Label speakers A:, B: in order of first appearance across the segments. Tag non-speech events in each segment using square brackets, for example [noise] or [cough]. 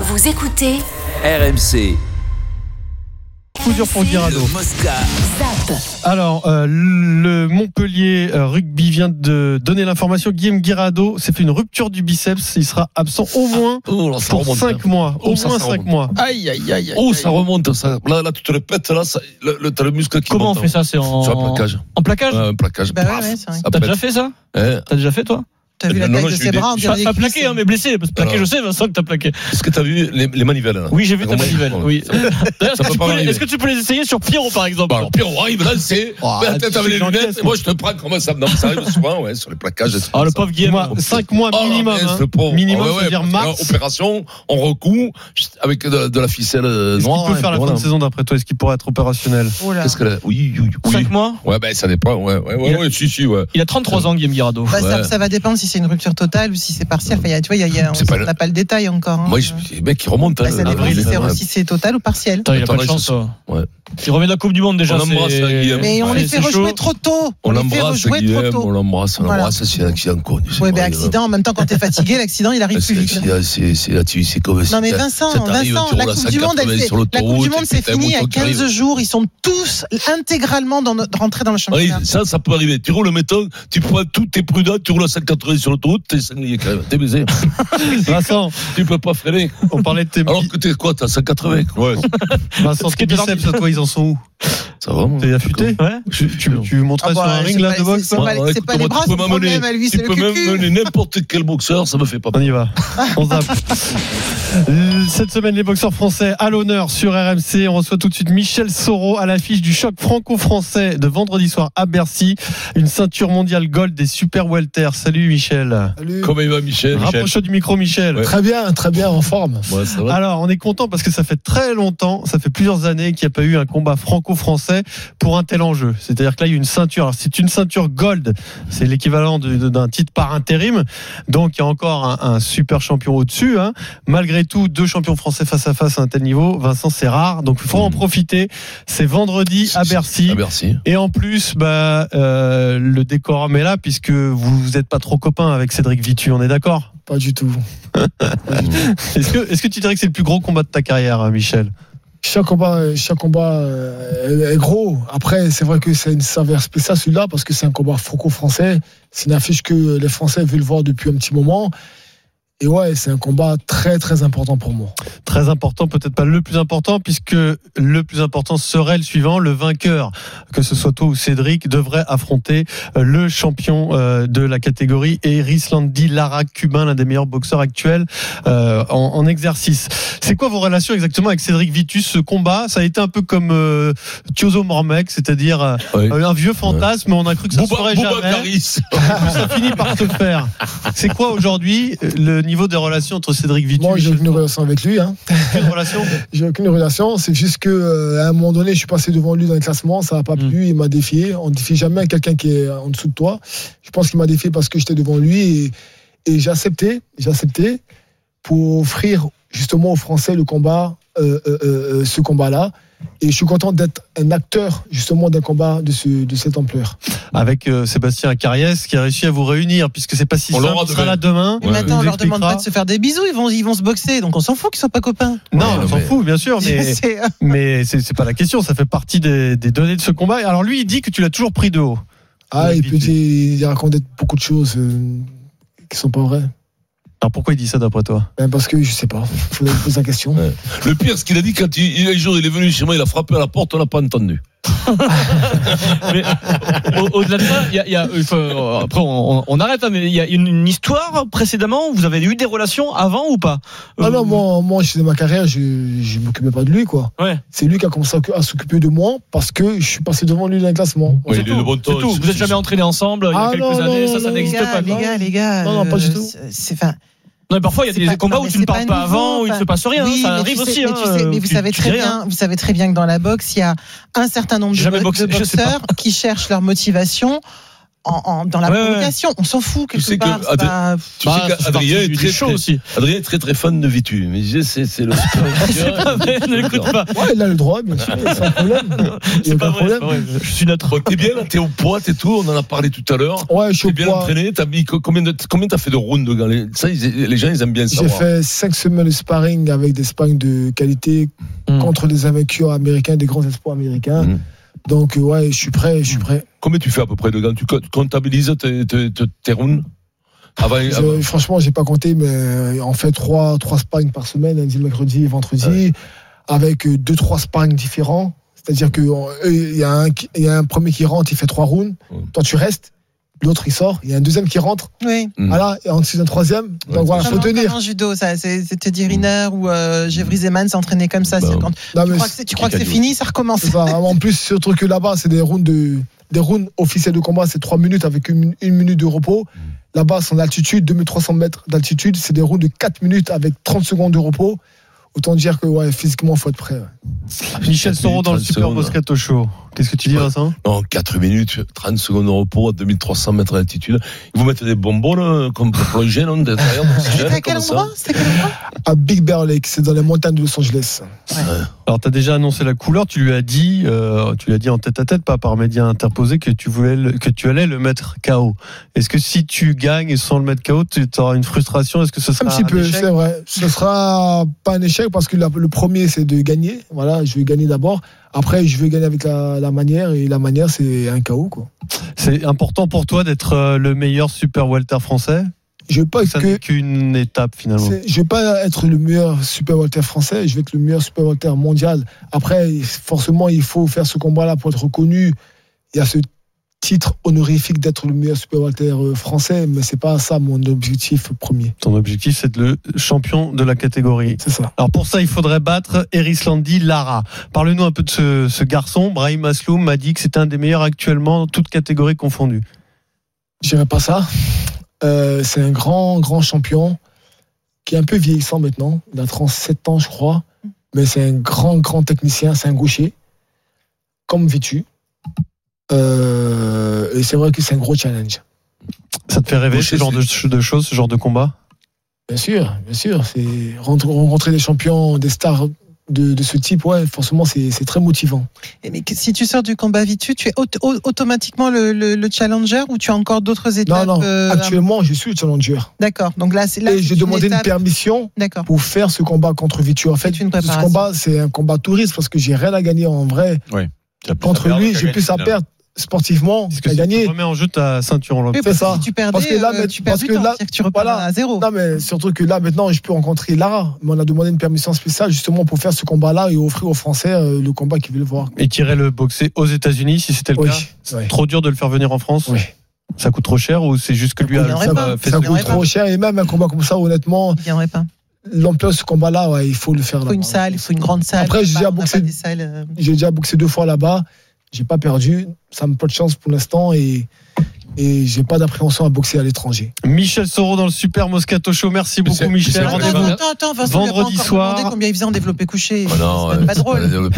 A: Vous écoutez
B: RMC.
C: Coup dur pour Guirado.
B: Le Mosca.
A: ZAP.
C: Alors, euh, le Montpellier euh, rugby vient de donner l'information. Guillaume Guirado s'est fait une rupture du biceps. Il sera absent au moins
D: Oh là, ça
C: pour
D: remonte.
C: 5 mois. Au
D: Oh, ça,
C: moins
D: ça
C: 5
D: remonte.
C: mois.
E: Ah,
D: Aïe, aïe, aïe. Oh, ça remonte, ça. Là, là, tu te le pètes, là, ça- le, le- t'as le muscle qui
E: Comment on
D: monte,
E: fait
D: hein.
E: ça C'est en...
D: Sur un plaquage.
E: En plaquage
D: Ouais, un plaquage.
F: Bah
D: paf,
F: ouais, ouais, c'est vrai.
D: ça
E: T'as déjà
D: pète.
E: fait ça
D: Hein.
E: T'as déjà fait toi
F: T'as vu la
D: Non,
F: taille
D: non,
F: de
D: j'ai
F: ses
D: eu des-
F: bras, on
E: pas,
F: dirait des
E: pas
F: cuisses.
E: plaqué, hein, mais blessé. Parce que plaqué,
D: Alors.
E: je sais, Vincent, que t'as plaqué.
D: Est-ce que t'as vu les, les manivelles, là
E: Oui, j'ai vu
D: Ah,
E: ta
D: comment-
E: manivelle.
D: comment-
E: Oui. [laughs] D'ailleurs, est-ce
D: Ça
E: que
D: peut
E: tu
D: pas
E: peux les-
D: arriver.
E: est-ce que tu peux les essayer sur Pierrot, par exemple
D: Bah, alors, Pierre, on arrive
E: [laughs]
D: danser,
C: Oh,
D: met la tête
C: tu
D: avec
C: sais
D: les
C: que
D: lunettes,
C: j'encaisse,
D: et moi, je te prends comme ça. Non, mais ça arrive souvent, ouais, sur les plaquages. et tout
E: Ah, le
D: ça.
E: pauvre Guillaume.
C: Moi, 5 mois
D: Oh, la
C: minimum.
D: messe,
C: hein.
D: le pauvre.
C: Minimum,
D: Ah, ouais, ouais,
C: c'est-à-dire
D: parce que,
C: mars.
D: euh, Opération, on recoue, chut, avec de, de la ficelle euh,
C: Est-ce
D: noire.
C: qu'il peut
D: hein,
C: faire la
D: voilà.
C: fin de saison d'après toi Est-ce qu'il pourrait être opérationnel
F: Oh là.
D: Qu'est-ce que la- Oui, oui, oui.
E: 5 mois
D: Ouais, ben, ça dépend, ouais, ouais,
E: Il
D: ouais,
E: a-
D: ouais, si, si, ouais.
E: Il a 33 ans, Guillaume Guirado.
F: Bah, ça,
D: Ouais.
F: ça va dépendre si c'est une rupture totale ou si c'est partiel. Enfin, il y a- tu vois, il y a- il y a-
D: C'est pas
F: on
D: le-
F: n'a pas le détail encore. hein.
D: Moi, je, les mecs, ils remontent.
F: Bah,
D: hein,
F: ça
D: les-
F: dépend si
D: les-
F: c'est
D: ouais.
F: si c'est total ou partiel.
E: Putain, il a pas
D: Attends,
E: de
D: là,
E: chance.
D: je-
E: hein.
D: Ouais.
E: Il revient de la Coupe du Monde déjà.
D: On embrasse,
E: c'est-
D: hein, Guillaume.
F: Mais on
E: Ouais,
F: les fait
E: c'est
F: rejouer
E: chaud.
F: trop tôt.
D: On
F: les fait
D: l'embrasse,
F: rejouer
D: Guillaume,
F: trop
D: on
F: tôt.
D: l'embrasse, on
F: Voilà.
D: l'embrasse, c'est un accident con. c'est
F: Ouais,
D: vrai,
F: ben accident. En même temps, quand t'es fatigué, l'accident, il
D: hein.
F: arrive
D: C'est
F: plus
D: un
F: vite.
D: accident, c'est c'est- c'est- c'est comme si
F: Non mais
D: t'as-
F: Vincent,
D: ça t'arrive,
F: Vincent,
D: tu
F: la
D: roules à
F: Coupe du Monde,
D: 180
F: elle fait-
D: sur
F: la Coupe du
D: l'autoroute,
F: Monde,
D: et
F: c'est
D: puis t'as un
F: fini à
D: mouton qui
F: 15
D: arrive.
F: jours. Ils sont tous intégralement dans notre- rentrés dans le
D: Oui,
F: championnat.
D: ça, ça peut arriver. Tu roules, mettons, tu prends tout, t'es prudent, tu roules à 180 sur l'autoroute, t'es sanglier quand même. T'es baisé.
C: Vincent,
D: Tu peux pas freiner.
C: on parlait de tes,
D: Alors que t'es quoi, t'as 180 quoi. Ouais,
C: Vincent,
E: ce qui
C: tes
E: est bizarre-
C: biceps, à toi, ils en sont où
D: ça va, moi.
C: T'es affûté
E: Ouais.
C: tu, tu, tu montrais
F: Ah
C: sur
F: bah,
C: un
F: c'est
C: ring là
F: pas-
C: de boxe
F: c'est-
C: hein
F: pas les- c'est
D: écoute,
F: pas les
D: moi,
F: bras,
D: tu peux
F: son
D: m'amener-
F: problème à lui,
D: Tu
F: c'est le
D: peux même
F: cucu.
D: mener n'importe quel boxeur, ça me fait pas
C: On
D: peur.
C: y va. [laughs] On zappe. Euh, Cette semaine, les boxeurs français à l'honneur sur RMC. On reçoit tout de suite Michel Soro à l'affiche du choc franco-français de vendredi soir à Bercy. Une ceinture mondiale gold des super welter. Salut Michel.
D: Comment il va, Michel
C: Rapproche-toi du micro, Michel.
D: Ouais.
G: Très bien, très bien, en forme.
D: Ouais, ça
F: Ah,
D: va.
C: Alors, on est content parce que ça fait très longtemps, ça fait plusieurs années qu'il n'y a pas eu un combat franco-français pour un tel enjeu. C'est-à-dire que là, il y a une ceinture. Alors, c'est une ceinture gold. C'est l'équivalent de- de- d'un titre par intérim. Donc, il y a encore un, un super champion au-dessus. hein. Malgré tout, deux champions français face à face à un tel niveau, Vincent, c'est rare. Donc, il faut en
D: Mhm.
C: profiter. C'est vendredi à Bercy.
D: Ah, merci.
C: Et en plus, bah, euh, le décorum est là puisque vous n'êtes pas trop copain avec Cédric Vitu, on est d'accord
G: Pas du tout.
C: Est-ce que, est que tu dirais que c'est le plus gros combat de ta carrière, hein, Michel
G: Chaque combat, chaque combat euh, est gros. Après, c'est vrai que c'est une saveur spéciale celui-là parce que c'est un combat franco-français. C'est une affiche que les Français veulent voir depuis un petit moment. Et ouais, c'est un combat très très important pour moi.
C: très important, peut-être pas le plus important, puisque le plus important serait le suivant, le vainqueur, que ce soit toi ou Cédric, devrait affronter euh, le champion euh, de la catégorie, Eris Landi Lara, cubain, l'un des meilleurs boxeurs actuels euh, en, en exercice. C'est quoi vos relations exactement avec Cédric Vitus Ce combat, ça a été un peu comme euh, Thiozo Mormec, c'est-à-dire euh,
D: Ouais.
C: un vieux fantasme, on a cru que ça se
D: Bouba,
C: ferait
D: Bouba
C: jamais.
D: Caris.
C: Ça finit par se faire. C'est quoi aujourd'hui euh, le niveau des relations entre Cédric Vitus
G: Moi,
C: et
G: j'ai
C: Michel
G: aucune relation avec lui. Hein.
C: Quelle relation
G: J'ai aucune relation. C'est juste que euh, à un moment donné, je suis passé devant lui dans le classement, ça n'a pas
C: Mm.
G: plu, il m'a défié. On ne défie jamais quelqu'un qui est en dessous de toi. Je pense qu'il m'a défié parce que j'étais devant lui et, et j'ai accepté, j'ai accepté pour offrir justement aux Français le combat, euh, euh, euh, ce combat-là. Et je suis content d'être un acteur justement d'un combat de, ce- de cette ampleur.
C: avec euh, Sébastien Acariès qui a réussi à vous réunir puisque c'est pas si
D: On
C: simple.
D: l'aura
C: On sera
D: demain.
C: là demain.
F: Mais attends,
C: Il
F: on
C: nous
F: leur demande
C: expliquera.
F: pas de se faire des bisous, ils vont, ils vont se boxer, donc on s'en fout qu'ils soient pas copains.
C: Non,
D: Ouais,
C: on s'en
D: mais-
C: fout, bien sûr, mais
F: [laughs] C'est-
C: [laughs] mais c'est c'est pas la question. Ça fait partie des, des données de ce combat. Et Alors lui, il dit que tu l'as toujours pris de haut.
G: Ah,
C: Ouais,
G: et
C: puis
G: puis il raconte beaucoup de choses euh, qui sont pas vraies.
C: Alors pourquoi il dit ça d'après toi
G: Ben, parce que je sais pas, il faudrait lui poser la question.
D: Le pire, ce qu'il a dit quand il, il- un jour il est venu chez moi, il a frappé à la porte, on l'a pas entendu.
E: Mais au- au-delà de ça, il y a- il y a- euh, enfin, après on, on- on arrête, hein, mais il y a une, une histoire précédemment où vous avez eu des relations avant ou pas Euh,
G: Ah non, moi, moi, je faisais ma carrière, je ne m'occupais pas de lui, quoi.
E: Ouais.
G: C'est lui qui a commencé à, à s'occuper de moi parce que je suis passé devant lui dans le classement.
D: Ouais,
E: C'est
D: il est de bon
E: tout,
D: ton,
E: c'est tout.
D: c'est-
E: Vous êtes jamais entraînés ensemble il y a
G: Ah
E: quelques
G: non,
E: années,
G: non,
E: ça, ça
G: non,
F: Les
E: n'existe
F: gars,
E: pas.
F: les
E: quoi.
F: gars, les gars.
G: Non, non, pas du
F: euh,
G: tout.
F: c'est- C'est enfin,
E: Non, mais parfois il y
F: C'est
E: a des
F: pas-
E: combats
F: non,
E: où
F: mais
E: tu ne
F: c'est
E: parles
F: pas
E: pas avant,
F: nouveau,
E: où il ne
F: enfin.
E: se passe rien,
F: Oui,
E: ça
F: mais
E: arrive
F: tu sais-
E: aussi.
F: mais
E: hein,
F: tu sais- mais
E: euh,
F: vous
E: tu-
F: savez
E: tu
F: très
E: dis rien.
F: bien, vous savez très bien que dans la boxe, il y a un certain nombre
E: J'ai
F: de,
E: jamais
F: bo-
E: boxé,
F: de
E: je sais pas.
F: boxeurs qui cherchent leur motivation en- en- dans la
C: Ouais, ouais.
F: provocation. On s'en fout quelque
D: sais que-
F: part. c'est
D: Attends.
F: pas-
D: Tu
C: Bah,
D: sais
C: ça fait
D: qu'Adrien
C: partie
D: est
C: du-
D: très,
C: du show
D: très,
C: aussi.
D: Adrien est très très fan de Vitu. Mais je sais, c'est le.
E: C'est pas vrai, [laughs] ne l'écoute pas.
G: Ouais, il a le droit, bien sûr, sans problème. Il y a
E: [laughs] C'est pas
G: aucun
E: vrai,
G: problème.
E: c'est pas vrai. Je suis neutre.
D: Bon, t'es bien là, t'es au poids, t'es tout, on en a parlé tout à l'heure.
G: Ouais, je suis
D: T'es
G: au
D: bien
G: poids.
D: entraîné, t'as mis co- combien de- combien t'as fait de rounds de gars Les- Ça, ils- les gens, ils aiment bien
G: J'ai
D: savoir.
G: fait cinq semaines de sparring avec des sparring de qualité
E: Hmm.
G: contre des invaincus américains, des grands espoirs américains.
D: Hmm.
G: Donc, euh, ouais, je suis prêt, je suis prêt.
D: Combien tu fais à peu près de gants Tu co- comptabilises tes, tes, tes- tes rounds Avant- avant-
G: Je- franchement, j'ai pas compté, mais euh, on fait trois, trois sparring par semaine, lundi, mercredi et vendredi,
D: Ah
G: avec euh, deux, trois sparring différents. C'est-à-dire que on- eux, il y, a un qui- il y a un premier qui rentre, il fait trois rounds.
D: Ouais.
G: Toi, tu restes. L'autre, il sort. Il y a un deuxième qui rentre.
F: Oui.
D: Hmm.
G: Voilà, et ensuite un troisième. Donc
D: Ouais,
G: voilà,
D: c'est
G: faut
F: Comment-
G: tenir.
F: comment En judo, ça, c'est c'est Teddy Riner ou euh, Jeffrey Zeman s'entraîner comme ça.
D: Bah,
F: c'est quand-
G: Non,
F: Tu
G: mais
F: crois que c'est- tu crois que
D: Qui
F: c'est
D: a dit
F: fini, ça recommence.
G: [laughs] C'est ça. Bah, En plus, surtout que là-bas, c'est des rounds de, des rounds officiels de combat, c'est 3 minutes avec une, une minute de repos.
C: Mm.
G: Là-bas, son altitude, 2300 mètres d'altitude, c'est des rounds de 4 minutes avec 30 secondes de repos. Autant dire que ouais, physiquement, faut être prêt. ouais.
C: Michel Soro dans le
D: 30
C: Super
D: secondes.
C: Moscato Show. Qu'est-ce que tu dis,
D: Ouais.
C: Vincent
D: Non, 4 minutes, 30 secondes de repos à 2300 mètres d'altitude. Ils vous mettez des bonbons, là, comme pour plonger, non Derrière,
F: C'était à quel endroit C'était à quel endroit
G: À Big Bear Lake, c'est dans les montagnes de Los Angeles.
C: Alors, t'as déjà annoncé la couleur. Tu lui as dit, euh, tu lui as dit en tête à tête, pas par média interposé, que tu voulais, le- que tu allais le mettre KO. Est-ce que si tu gagnes sans le mettre KO, tu auras une frustration Est-ce que ce
G: Un
C: sera
G: petit peu,
C: échec
G: c'est vrai. Ce sera pas un échec parce que la- le premier, c'est de gagner. Voilà, je vais gagner d'abord. Après, je vais gagner avec la, la manière et la manière, c'est un KO. Quoi.
C: C'est important pour toi d'être euh, le meilleur super welter français
G: Je veux pas
C: Ça
G: que
C: n'est qu'une étape finalement.
G: C'est- Je vais pas être le meilleur super Walter français, je vais être le meilleur super Walter mondial. Après, forcément, il faut faire ce combat-là pour être reconnu. Il y a ce titre honorifique d'être le meilleur super Walter euh, français, mais c'est pas ça mon objectif premier.
C: Ton objectif, c'est de le champion de la catégorie.
G: C'est ça.
C: Alors pour ça, il faudrait battre Eris Landy Lara. Parle-nous un peu de ce, ce garçon. Brahim Asloum m'a dit que c'est un des meilleurs actuellement, toutes catégories confondues.
G: Je dirais pas ça. Euh, c'est un grand, grand champion qui est un peu vieillissant maintenant. Il a 37 ans, je crois. Mais c'est un grand, grand technicien. C'est un gaucher. Comme Vitu. Euh, et c'est vrai que c'est un gros challenge.
C: Ça te fait rêver
D: Moi,
C: ce
D: je
C: genre de, de choses, ce genre de combat
G: Bien sûr, bien sûr. C'est rentr- rencontrer des champions, des stars de, de ce type, ouais, forcément, c'est c'est très motivant.
F: Eh, Mais que- si tu sors du combat Vitu, tu es aut- au- automatiquement le, le- le challenger ou tu as encore d'autres
G: Non,
F: étapes
G: non.
F: euh,
G: Actuellement, je suis le challenger.
F: D'accord. Donc là, c'est là.
G: Et
F: c'est
G: j'ai
F: une
G: demandé une
F: étape-
G: permission
F: D'accord.
G: pour faire ce combat contre Vitu. En fait,
F: C'est une
G: ce
F: préparation.
G: combat, c'est un combat touriste parce que j'ai rien à gagner en vrai. Contre lui, j'ai plus à perdre sportivement
C: Parce que
G: qu'à
C: si
G: gagner.
C: tu remets en jeu ta ceinture en
F: Oui,
C: l'occurrence.
G: C'est
F: parce que
G: ça.
F: Si tu perdais,
G: Parce que là,
F: euh,
G: mais-
F: tu perds
G: parce
F: du
G: que
F: temps,
G: là-
F: c'est-à-dire que tu repars
G: voilà.
F: à zéro.
G: Non, mais surtout que là, maintenant, je peux rencontrer Lara. Mais on a demandé une permission spéciale justement pour faire ce combat-là et offrir aux Français euh, le combat qu'ils veulent voir.
C: Et tirer le boxer aux États-Unis si c'était le
G: Oui,
C: cas.
G: oui.
C: Trop dur de le faire venir en France
G: Oui.
C: Ça coûte trop cher ou c'est juste que lui
F: Ça
C: a
F: conviendrait
C: ça
F: pas.
C: a fait
G: Ça
C: ce
F: Mais on
G: coûte
F: est
G: trop
F: pas-
G: cher. Et même un combat comme ça, honnêtement,
F: Il viendrait pas.
G: l'ampleur de ce combat-là, ouais, il faut le faire
F: Il faut une
G: là-bas.
F: salle, il faut une grande salle.
G: Après, je
F: Bah,
G: dis à
F: on n'a
G: boxer-
F: pas des salles, euh,
G: J'ai déjà boxé deux fois là-bas. J'ai pas perdu. Ça me porte chance pour l'instant et, et j'ai pas d'appréhension à boxer à l'étranger.
C: Michel Soro dans le Super Moscato Show. Merci beaucoup,
D: c'est-
C: Michel.
D: c'est
F: Attends,
D: Vendredi
F: attends,
D: soir.
F: attends, attends, Vincent, il a pas
C: Vendredi
F: encore
C: soir.
F: demandé combien il faisait en développé couché.
D: Ah non,
F: c'est
D: euh,
F: même pas drôle.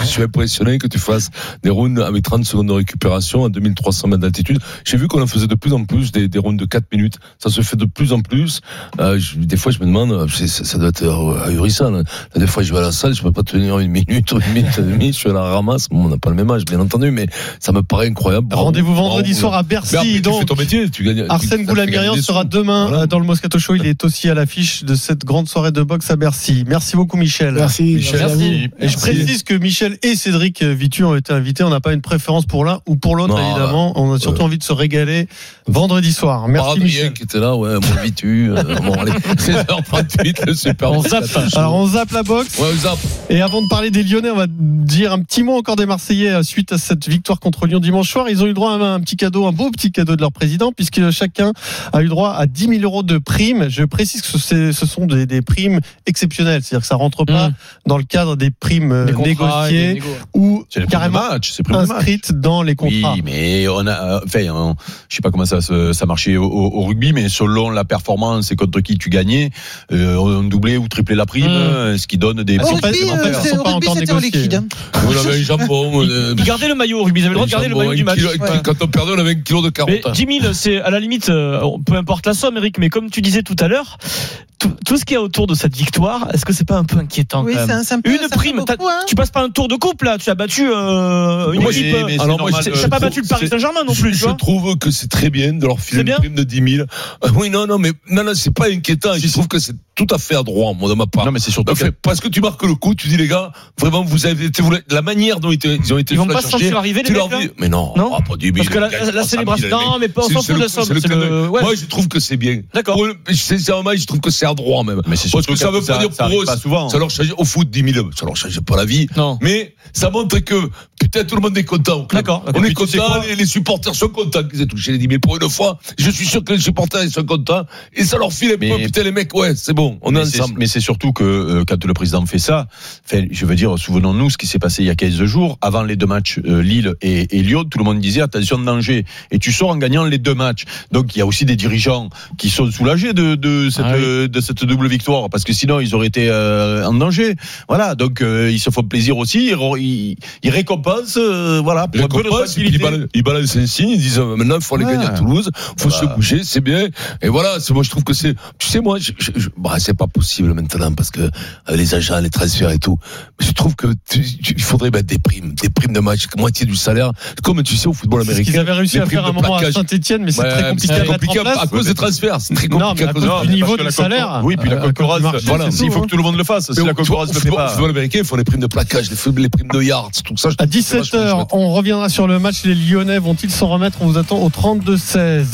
D: Je suis impressionné que tu fasses des rounds avec 30 secondes de récupération à 2300 mètres d'altitude. J'ai vu qu'on en faisait de plus en plus des, des rounds de 4 minutes. Ça se fait de plus en plus. Euh, je- des fois, je me demande, euh, c'est- c'est- ça doit être euh, ahurissant. là. Des fois, je vais à la salle, je peux pas tenir une minute ou une minute et demie. Je suis à la ramasse. Bon, on n'a pas le même âge, bien entendu, mais ça me paraît incroyable. Bravo.
C: Rendez-vous vendredi
D: Bravo.
C: soir à
D: Mais après,
C: Bercy.
D: tu
C: Donc,
D: fais ton métier, tu gagnes.
C: Arsène Goulamirian sera
D: deux.
C: demain
D: Voilà.
C: euh, dans le Moscato Show. Il est aussi à l'affiche de cette grande soirée de boxe à Bercy. Merci beaucoup, Michel.
G: Merci.
D: Michel.
G: à vous.
E: Merci.
C: Et je précise que Michel et Cédric Vitu ont été invités. On n'a pas une préférence pour l'un ou pour l'autre,
D: Non, bah, euh,
C: évidemment. On a surtout envie de se régaler vendredi soir. Merci,
A: hein,
C: Michel.
D: qui était là, ouais, mon vitu. euh, bon, allez, 16h38, le super.
C: On zappe. Alors, on zappe la boxe.
D: Ouais, on zappe.
C: Et avant de parler des Lyonnais, on va dire un petit mot encore des Marseillais euh, suite à cette victoire contre Lyon dimanche soir. Ils ont eu droit à un, un petit cadeau, un beau petit cadeau de leur président, puisque chacun a eu droit à 10 000 euros de primes. Je précise que ce, ce sont des, des primes exceptionnelles, c'est-à-dire que ça rentre pas
E: Mmh.
C: dans le cadre des primes euh,
E: Des contrats et des
C: négociées
E: négos.
C: ou
A: C'est les primes de
C: carrément
A: match, c'est les primes de match.
C: inscrites dans les
A: Oui,
C: contrats.
A: mais on a, euh, enfin, on- je sais pas comment ça, se- ça marchait au, au- au rugby, mais selon la performance et contre qui tu gagnais, euh, on doublait ou triplait la prime,
E: Mm.
A: euh, ce qui donne des.
C: Ah,
F: Au
C: sont pas-
F: rugby,
C: en fait,
F: euh,
C: elles
F: c'est-
C: sont
F: au
C: pas
F: rugby,
C: encore
F: c'était au
C: négociées.
F: liquide.
D: On avait un jambon. euh,
E: Gardez le maillot, au rugby. Ils avaient le droit de garder le maillot du
D: un
E: match.
D: kilo-
F: Ouais.
D: Quand on perdait, on avait un kilo de
E: Mais 10 000, c'est à la limite, euh, peu importe la somme, Eric, mais comme tu disais tout à l'heure, tout, tout ce qu'il y a autour de cette victoire, est-ce que c'est pas un peu inquiétant
F: Oui,
E: quand même
F: c'est un, c'est un peu-
E: Une
F: ça fait
E: prime, t'as-
F: beaucoup, hein.
E: Tu passes pas un tour de coupe là, tu as battu euh, une
A: Oui,
E: équipe.
A: mais c'est
E: alors moi,
A: normal,
E: c'est-
A: euh,
E: t'as pas
A: c'est-
E: battu le Paris
D: c'est-
E: Saint-Germain non
D: Je-
E: plus, tu
D: Je
E: vois.
D: trouve que c'est très bien de leur
E: C'est
D: filer
E: bien
D: une prime de 10 000. Euh, Oui, non, non, mais non, non, c'est pas inquiétant. Je trouve que c'est tout à fait adroit, moi, de ma part.
A: Non, mais c'est surtout.
D: Enfin, parce que tu marques le coup, tu dis les gars, vraiment vous avez été, vous l'avez- la manière dont ils, étaient- ils ont été
E: Ils vont
D: la
E: pas se sentir arriver, les
D: tu leur
E: mecs, là
D: dis- mais non,
E: Non
D: ah, pas du
E: Parce
D: mais
E: que la,
D: les gars,
E: la
D: ils font 100 000,
E: célébration,
D: les mecs.
E: non, mais pas, on
D: C'est-
E: s'en
D: c'est
E: fout de la
D: le-
E: somme.
D: c'est le
E: c'est
D: clin d'œil.
E: le- ouais.
D: Moi, je trouve que c'est bien.
E: D'accord.
D: Pour le- Sincèrement, je trouve que c'est adroit même.
A: Mais c'est
D: Parce
A: surtout
D: que ça veut pas dire pour
A: arrive
D: eux,
A: pas souvent.
D: Ça leur change au foot 10 000, ça leur change pas la vie.
E: Non.
D: Mais ça montre que putain tout le monde est content. au club.
E: D'accord, d'accord.
D: On est
E: Puis tu sais
D: content,
E: quoi
D: les, les supporters sont contents qu'ils aient touché les 10 000 pour une fois. Je suis sûr que les supporters ils sont contents et ça leur file un peu.
A: Mais-
D: Putain les mecs, ouais, c'est bon, on est
A: mais c'est-
D: ensemble.
A: Mais c'est surtout que euh, quand le président fait ça, enfin, je veux dire, souvenons-nous ce qui s'est passé il y a 15 jours, avant les deux matchs euh, Lille et, et Lyon, tout le monde disait attention danger, et tu sors en gagnant les deux matchs. Donc il y a aussi des dirigeants qui sont soulagés de, de, cette,
E: Ah oui.
A: euh, de cette double victoire, parce que sinon ils auraient été euh, en danger. Voilà, donc euh, ils se font plaisir aussi, ils, re- ils, ils récompensent, euh, voilà, pour
D: Le
A: un peu de
D: compas, c'est-
A: tranquillité.
D: ils balancent- ils balancent un signe, ils disent euh, maintenant il faut aller
A: Ouais.
D: gagner à Toulouse, faut
A: Voilà.
D: se bouger, c'est bien. Et voilà, c'est moi je trouve que c'est, tu sais moi, je, je- je- bah, c'est pas possible maintenant parce que euh, les agents, les transferts et tout. Mais je trouve que tu- tu- il faudrait mettre des primes, des primes de match, moitié du salaire, comme tu sais au football
C: C'est ce
D: américain.
C: qu'ils avaient réussi
D: les
C: à
D: primes
C: faire à un
D: de
C: moment à
D: plaquage.
C: Saint-Etienne, mais c'est
D: Ouais,
C: très compliqué
D: c'est
C: à
D: très
C: mettre en
D: compliqué à,
C: place.
D: à cause des transferts. C'est très
C: Non, mais
D: compliqué
C: à
D: à
C: cause
D: cause
C: du
A: parce
C: niveau
A: que
C: du
A: la concurrence-
C: salaire.
A: Oui, puis la
C: Euh, à cause du
A: concurrence,
C: marché,
D: voilà.
C: c'est
A: Il
C: tout,
A: faut
C: hein.
A: que tout le monde le fasse. Si
D: Mais
A: la
D: au-
A: concurrence
D: au
A: ne fait
D: football-
A: pas.
D: au football américain, ils font les primes de plaquage, les, fou- les primes de yards, tout ça. je
C: À
D: trouve que c'est vachement
C: 17h,
D: chouette.
C: on reviendra sur le match. Les Lyonnais vont-ils s'en remettre On vous attend au 32-16.